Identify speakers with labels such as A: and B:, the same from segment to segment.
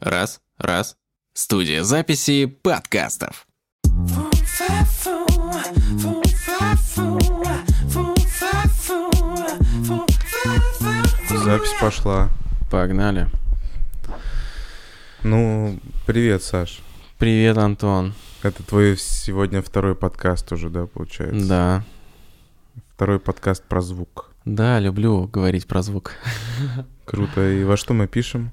A: Раз, раз. Студия записи подкастов.
B: Запись пошла.
A: Погнали.
B: Ну, привет, Саш.
A: Привет, Антон.
B: Это твой сегодня второй подкаст уже, да, получается?
A: Да.
B: Второй подкаст про звук.
A: Да, люблю говорить про звук.
B: Круто. И во что мы пишем?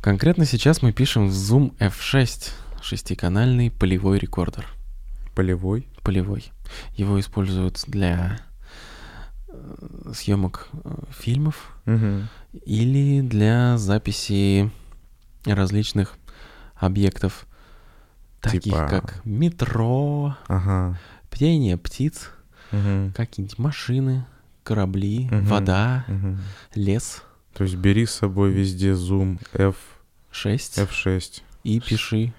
A: Конкретно сейчас мы пишем в Zoom F6, шестиканальный полевой рекордер.
B: Полевой.
A: Полевой. Его используют для э, съемок э, фильмов
B: Мгм.
A: или для записи различных объектов, таких
B: Типа-
A: как метро,
B: Ага.
A: птение птиц,
B: Мгм.
A: какие-нибудь машины, корабли,
B: Мгм.
A: вода,
B: Мгм.
A: лес.
B: То есть бери с собой везде зум F,
A: 6
B: Э, F6,
A: и пиши,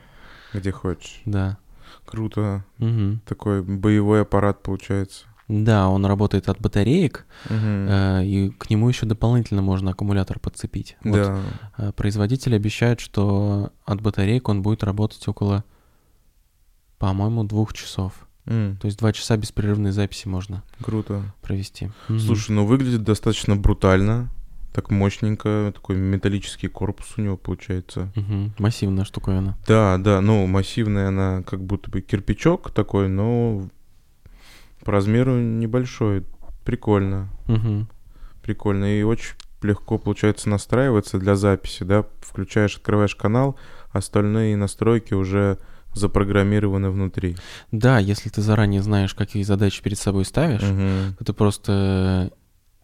B: где хочешь.
A: да.
B: Круто.
A: Мгм.
B: Такой боевой аппарат получается.
A: Да, он работает от батареек,
B: Мгм.
A: э, и к нему еще дополнительно можно аккумулятор подцепить. Вот
B: Да.
A: А, Производитель обещает, что от батареек он будет работать около, по-моему, двух часов.
B: М,
A: То есть два часа беспрерывной записи можно
B: Круто.
A: провести. Мгм.
B: Слушай, ну выглядит достаточно брутально, так мощненько, такой металлический корпус у него получается.
A: Мгм. Массивная штуковина.
B: Да, да, ну массивная она как будто бы кирпичок такой, но по размеру небольшой. Прикольно,
A: Мгм.
B: прикольно. И очень легко получается настраиваться для записи, да, включаешь, открываешь канал, остальные настройки уже запрограммированы внутри.
A: Да, если ты заранее знаешь, какие задачи перед собой ставишь,
B: Мгм.
A: то ты просто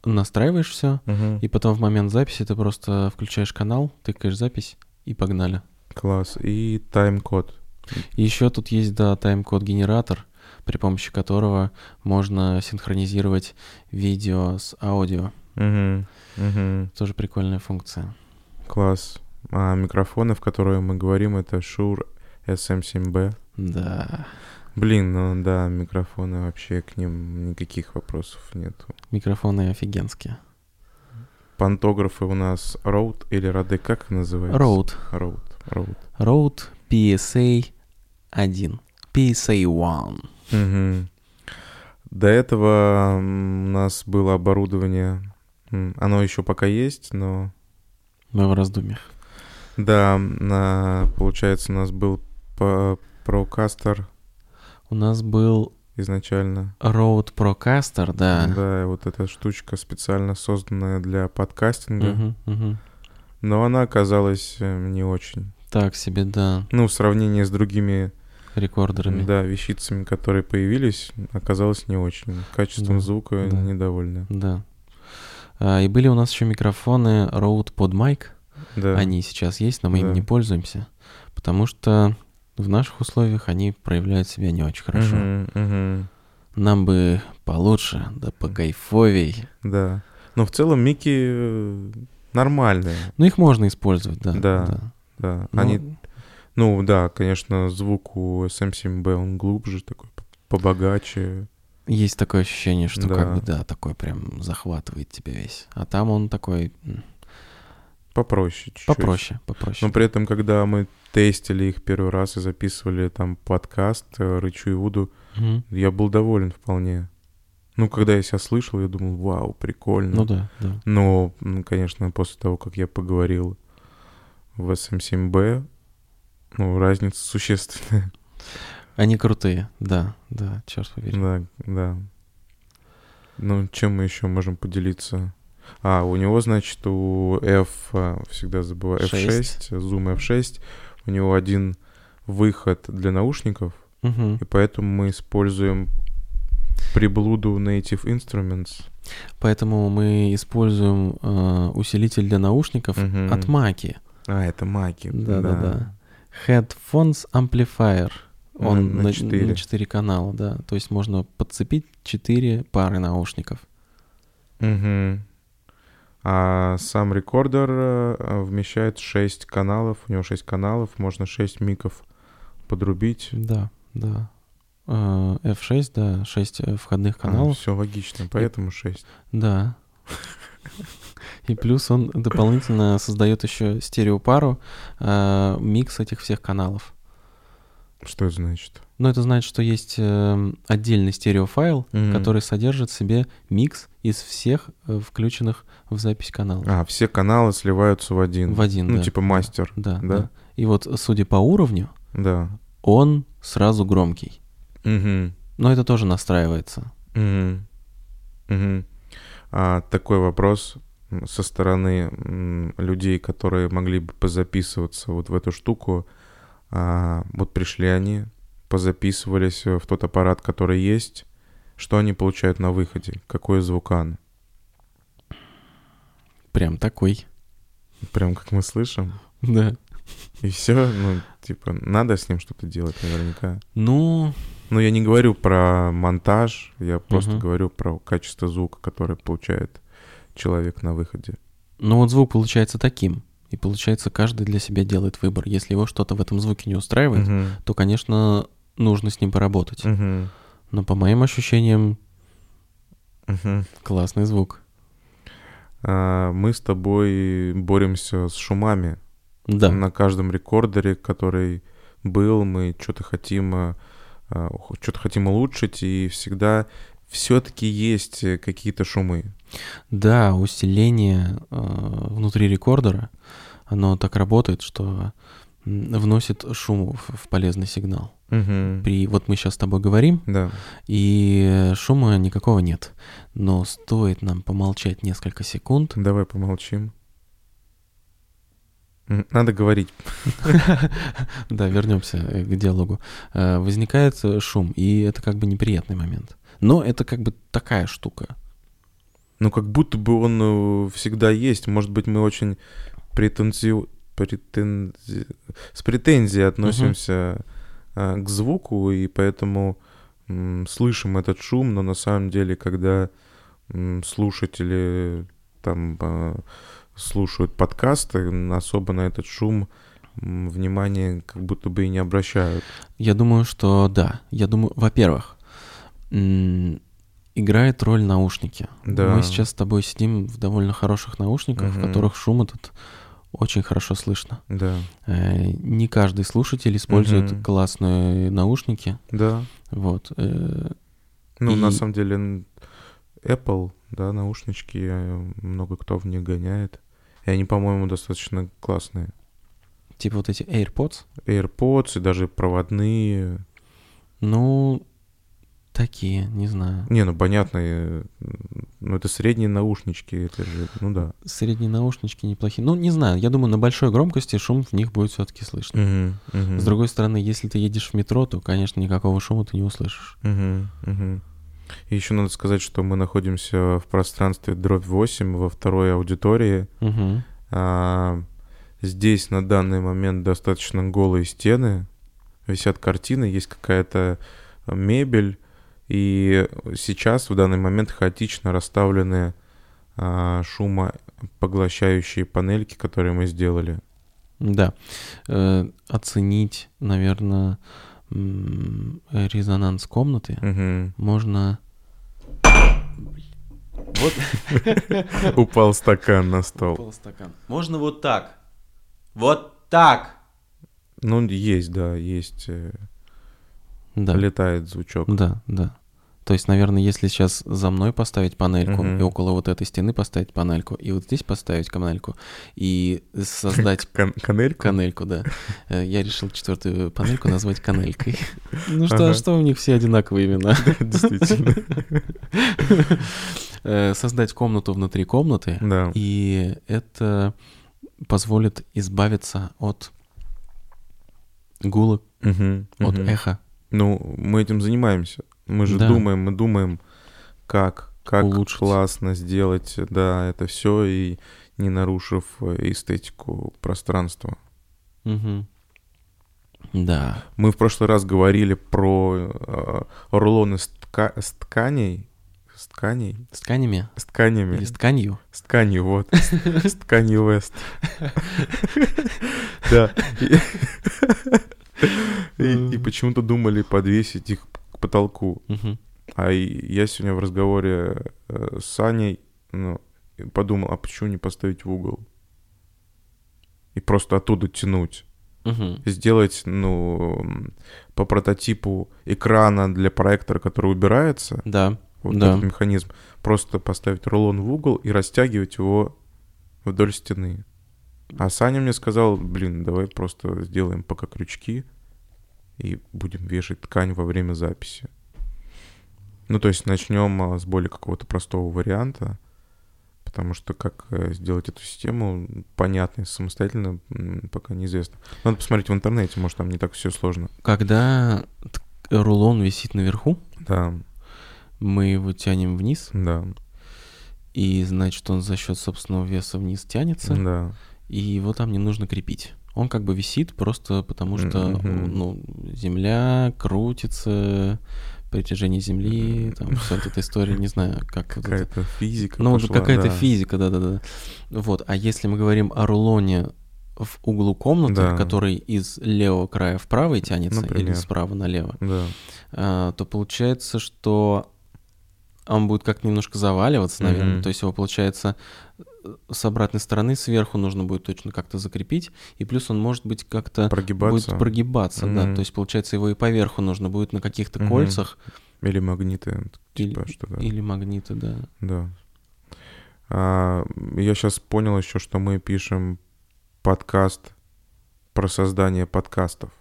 A: настраиваешь все,
B: Мгм.
A: и потом в момент записи ты просто включаешь канал, тыкаешь запись и погнали.
B: Класс. И тайм-код.
A: Еще тут есть, да, тайм-код-генератор, при помощи которого можно синхронизировать видео с аудио.
B: Мгм. Мгм.
A: Тоже прикольная функция.
B: Класс. А микрофоны, в которые мы говорим, это Shure SM7B.
A: Да.
B: Блин, ну да, микрофоны вообще к ним никаких вопросов нету.
A: Микрофоны офигенские.
B: Пантографы у нас Road или Рады, как их называется?
A: Rode.
B: Road. Road.
A: Rode PSA 1. PSA 1.
B: Мгм. До этого м, у нас было оборудование, м, оно еще пока есть, но
A: Мы в раздумьях.
B: да, на- получается у нас был по- Procaster
A: У нас был
B: изначально.
A: Rode Procaster, да.
B: Да, и вот эта штучка специально созданная для подкастинга,
A: Мгм, мгм.
B: но она оказалась э, не очень.
A: Так себе, да,
B: Ну, в сравнении с другими
A: рекордерами.
B: Да, вещицами, которые появились, оказалось не очень. Качеством
A: Да,
B: звука
A: да.
B: недовольны.
A: Да. А, И были у нас еще микрофоны Rode под майк.
B: Да.
A: Они сейчас есть, но мы им
B: Да.
A: не пользуемся, потому что в наших условиях они проявляют себя не очень хорошо.
B: Мгм, мгм.
A: Нам бы получше, да покайфовей.
B: Да. Но в целом мики э, нормальные,
A: Но Ну, их можно использовать, да.
B: Да. да.
A: Но-
B: Они, ну да, конечно, звук у SM7B, он глубже такой, п- побогаче.
A: Есть такое ощущение, что как
B: Да.
A: бы, да, такой прям захватывает тебя весь. А там он такой м,
B: Попроще чуть-чуть. Ну,
A: попроще, попроще.
B: Но при этом, когда мы тестили их первый раз и записывали там подкаст э, Рычу и Вуду,
A: Мгм.
B: я был доволен вполне. Ну, когда я себя слышал, я думал, вау, прикольно.
A: Ну да, да.
B: Но, м, конечно, после того, как я поговорил в SM7B, ну, разница существенная.
A: Они крутые, да, да, черт побери.
B: Да, да. Ну, чем мы еще можем поделиться? А, у него, значит, у F, а, всегда забываю,
A: Шесть.
B: F6, Zoom F6, у него один выход для наушников,
A: Мгм.
B: и поэтому мы используем приблуду Native Instruments.
A: Поэтому мы используем э, усилитель для наушников
B: Мгм.
A: от Маки.
B: А, это маки.
A: Да, да, да. Headphones Amplifier.
B: На-
A: Он
B: на
A: на,
B: четыре.
A: на 4 канала, да. То есть можно подцепить 4 пары наушников.
B: Угу. А сам рекордер э, вмещает 6 каналов, у него 6 каналов, можно 6 миков подрубить.
A: Да, да.
B: А,
A: Э, F6, да, 6 входных каналов.
B: все логично, поэтому 6.
A: Да. И плюс он дополнительно создает еще стереопару, э, микс этих всех каналов.
B: Что это значит?
A: Но это значит, что есть э, отдельный стереофайл,
B: Мгм.
A: который содержит в себе микс из всех э, включенных в запись каналов.
B: А, все каналы сливаются в один.
A: В один,
B: ну,
A: да.
B: типа мастер.
A: Да,
B: да.
A: да. И вот, судя по уровню,
B: Да.
A: он сразу громкий.
B: Мгм.
A: Но это тоже настраивается.
B: Мгм. Мгм. А, такой вопрос м, со стороны м, людей, которые могли бы позаписываться вот в эту штуку. А, вот пришли они, позаписывались э, в тот аппарат, который есть. Что они получают на выходе? Какой звукан?
A: Прям такой.
B: Прям как мы слышим.
A: Да.
B: И все, ну, типа, надо с ним что-то делать наверняка.
A: Ну,
B: Но я не говорю про монтаж, я просто
A: Мгм.
B: говорю про качество звука, которое получает человек на выходе.
A: ну вот звук получается таким. И получается, каждый для себя делает выбор. Если его что-то в этом звуке не устраивает,
B: Мгм.
A: то, конечно, нужно с ним поработать.
B: Мгм.
A: Но по моим ощущениям,
B: Мгм.
A: классный звук.
B: А, Мы с тобой боремся с шумами.
A: Да.
B: На каждом рекордере, который был, мы что-то хотим, а, что-то хотим улучшить, и всегда все-таки есть э, какие-то шумы.
A: Да, усиление э, внутри рекордера, оно так работает, что м, вносит шум в, в полезный сигнал. При вот мы сейчас с тобой говорим,
B: Да.
A: и шума никакого нет, но стоит нам помолчать несколько секунд,
B: Давай помолчим. М, Надо говорить.
A: да, вернемся э, к диалогу, Э, возникает э, шум, и это как бы неприятный момент. Но это как бы такая штука.
B: Ну, как будто бы он э, всегда есть. Может быть, мы очень претензию... претензи- с претензией относимся э, к звуку, и поэтому м, слышим этот шум, но на самом деле, когда м, слушатели там э, слушают подкасты, м, особо на этот шум м, внимания как будто бы и не обращают.
A: Я думаю, что да. Я думаю, во-первых, м, играет роль наушники.
B: Да.
A: Мы сейчас с тобой сидим в довольно хороших наушниках, в
B: Мгм.
A: которых шум этот очень хорошо слышно.
B: Да.
A: Э, Не каждый слушатель использует
B: Мгм.
A: классные наушники.
B: Да.
A: Вот. э,
B: Ну, на
A: И-
B: самом деле, н- Apple, да, наушнички, э, много кто в них гоняет. И они, по-моему, достаточно классные.
A: Типа вот эти AirPods.
B: AirPods и даже проводные.
A: Ну, такие, не знаю.
B: Не, ну, понятно, э, ну, это средние наушнички, это же, ну, да.
A: Средние наушнички неплохие. Ну, не знаю. Я думаю, на большой громкости шум в них будет все-таки слышно. С другой стороны, если ты едешь в метро, то, конечно, никакого шума ты не услышишь.
B: И еще надо сказать, что мы находимся в пространстве дробь 8 во второй аудитории.
A: Мгм.
B: А, Здесь на данный момент достаточно голые стены, висят картины, есть какая-то мебель, и сейчас в данный момент хаотично расставлены а, шумопоглощающие панельки, которые мы сделали.
A: Да. Э, оценить, наверное, м, резонанс комнаты
B: Мгм.
A: можно...
B: Упал стакан на стол.
A: Можно вот так. Вот так.
B: Ну, есть, да, есть. э,
A: Да.
B: Летает звучок.
A: Да, да. То есть, наверное, если сейчас за мной поставить панельку,
B: Мгм.
A: и около вот этой стены поставить панельку, и вот здесь поставить панельку, и создать
B: Кан- канелька?
A: канельку, да. Э, Я решил четвертую панельку назвать канелькой. Ну что,
B: Ага.
A: что у них все одинаковые имена?
B: Действительно.
A: Э, Создать комнату внутри комнаты,
B: Да.
A: и это позволит избавиться от гулок,
B: Мгм,
A: от
B: мгм.
A: эха,
B: Ну, мы этим занимаемся. Мы же
A: Да.
B: думаем, мы думаем, как, как
A: Улучшить.
B: классно сделать, да, это все и не нарушив эстетику пространства.
A: Мгм. Да.
B: Мы в прошлый раз говорили про э, рулоны с, тка- с тканей, с тканей,
A: С тканями
B: с тканями,
A: или с тканью?
B: с тканью, вот, с тканью Вест. Да. И- И и почему-то думали подвесить их к потолку.
A: Мгм.
B: А и я сегодня в разговоре э, с Саней, ну, подумал, а почему не поставить в угол? И просто оттуда тянуть.
A: Мгм.
B: Сделать, ну, м, по прототипу экрана для проектора, который убирается,
A: Да.
B: вот
A: Да.
B: этот механизм, просто поставить рулон в угол и растягивать его вдоль стены. А Саня мне сказал, блин, давай просто сделаем пока крючки и будем вешать ткань во время записи. Ну, то есть начнем с более какого-то простого варианта, потому что как э, сделать эту систему понятной самостоятельно, м, пока неизвестно. Надо посмотреть в интернете, может, там не так все сложно.
A: Когда тк- рулон висит наверху,
B: Да,
A: мы его тянем вниз,
B: да,
A: и значит, он за счет собственного веса вниз тянется,
B: да.
A: и его там не нужно крепить. Он как бы висит просто потому, что
B: Мгм.
A: ну, земля крутится, притяжение земли, там вся вот эта история, не знаю, как вот это
B: Какая-то физика
A: Ну, вот
B: пошла,
A: какая-то
B: да.
A: физика, да-да-да. Вот, а если мы говорим о рулоне в углу комнаты,
B: Да. Ну,
A: который из левого края в правый тянется или
B: Например.
A: справа налево,
B: Да.
A: а, то получается, что он будет как-то немножко заваливаться, наверное.
B: Мгм.
A: То есть его, получается, э, с обратной стороны сверху нужно будет точно как-то закрепить, и плюс он может быть как-то
B: Прогибаться.
A: будет прогибаться, да.
B: Мгм.
A: То есть, получается, его и поверху нужно будет на каких-то
B: Мгм.
A: кольцах
B: Или магниты,
A: Или-
B: типа, что да.
A: или магниты, да.
B: Да. А, я сейчас понял еще, что мы пишем подкаст про создание подкастов.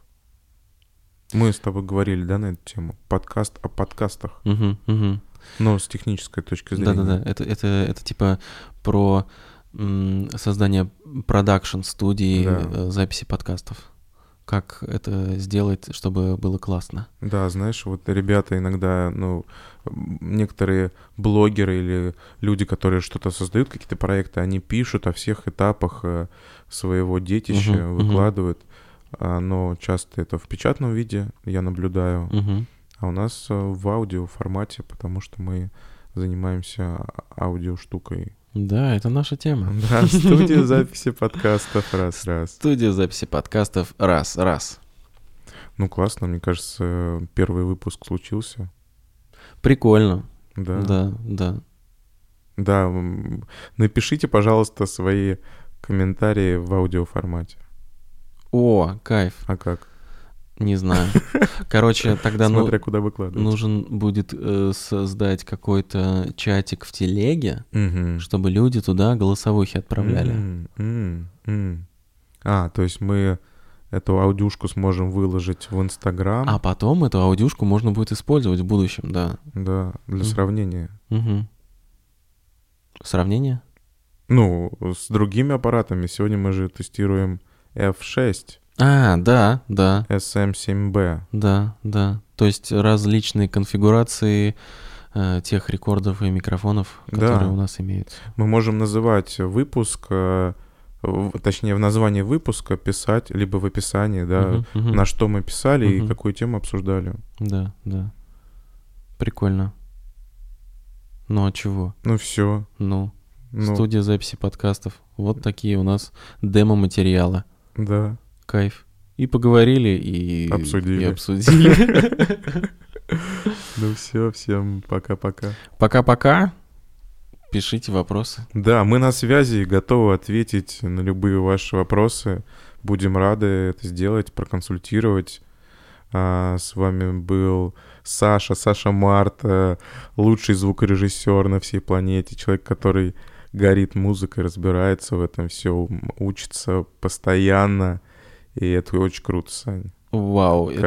B: Мы с тобой говорили, да, на эту тему? Подкаст о подкастах,
A: Мгм, мгм.
B: но с технической точки зрения.
A: Да-да-да, это, это, это типа про м, создание продакшн-студии
B: Да.
A: э, записи подкастов. Как это сделать, чтобы было классно.
B: Да, знаешь, вот ребята иногда, ну, м, некоторые блогеры или люди, которые что-то создают, какие-то проекты, они пишут о всех этапах э, своего детища,
A: Мгм, мгм.
B: выкладывают, А, но часто это в печатном виде, я наблюдаю,
A: Мгм.
B: а у нас э, в аудио формате, потому что мы занимаемся а- аудиоштукой.
A: Да, это наша тема.
B: Да, студия записи подкастов, раз-раз.
A: Студия записи подкастов раз, раз.
B: Ну, классно, мне кажется, э, первый выпуск случился.
A: Прикольно.
B: Да.
A: Да, да.
B: Да, м, напишите, пожалуйста, свои комментарии в аудиоформате.
A: О, кайф.
B: А как?
A: Не знаю. Короче, тогда ну,
B: Смотря куда выкладывать.
A: нужен будет э, создать какой-то чатик в телеге,
B: Мгм.
A: чтобы люди туда голосовухи отправляли.
B: М, м, м. А, то есть мы эту аудюшку сможем выложить в Инстаграм.
A: А потом эту аудюшку можно будет использовать в будущем, да.
B: Да,
A: Мгм.
B: для сравнения.
A: Угу. Сравнение?
B: Ну, с другими аппаратами. Сегодня мы же тестируем F6,
A: А, да, да,
B: SM7B.
A: да, да. То есть различные конфигурации э, тех рекордов и микрофонов,
B: Да.
A: которые у нас имеются.
B: Мы можем называть выпуск, э, в- точнее, в названии выпуска писать, либо в описании, да,
A: Мгм, мгм.
B: на что мы писали и
A: Мгм.
B: какую тему обсуждали.
A: Да, да. Прикольно. Ну а чего?
B: Ну все.
A: Ну,
B: Ну,
A: студия записи подкастов. Вот такие у нас демо-материалы.
B: да.
A: Кайф. И поговорили, и...
B: Обсудили.
A: И обсудили.
B: Ну все, всем пока-пока.
A: Пока-пока. Пишите вопросы.
B: Да, мы на связи, готовы ответить на любые ваши вопросы. Будем рады это сделать, проконсультировать. А, с вами был Саша, Саша Март, э, лучший звукорежиссер на всей планете, человек, который горит музыкой, разбирается в этом все, учится постоянно. И это очень круто, Сань.
A: Вау, это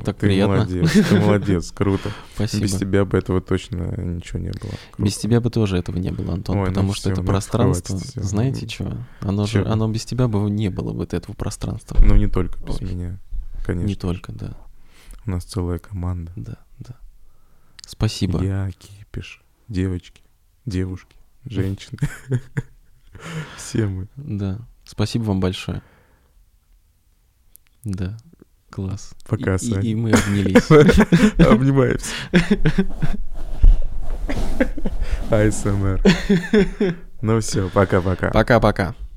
B: Кайф.
A: так
B: ты
A: приятно.
B: Молодец, ты молодец, круто.
A: Спасибо.
B: Без тебя бы этого точно ничего не было. Круто.
A: Без тебя бы тоже этого не было, Антон,
B: Ой, ну
A: потому что
B: всё,
A: это
B: ну
A: пространство,
B: хватит, всё.
A: знаете чего? Оно же,
B: Чего?
A: оно без тебя бы не было вот этого пространства.
B: Ну не только без
A: Ой.
B: меня,
A: Не
B: конечно.
A: только, да,
B: У нас целая команда.
A: да, да. Спасибо.
B: Я, кипиш, девочки, девушки, женщины. Все мы.
A: Да. Спасибо вам большое. Да. Класс.
B: Пока,
A: И-
B: Сань.
A: и, и мы обнялись.
B: Обнимаемся. АСМР. Ну все, пока-пока.
A: Пока-пока.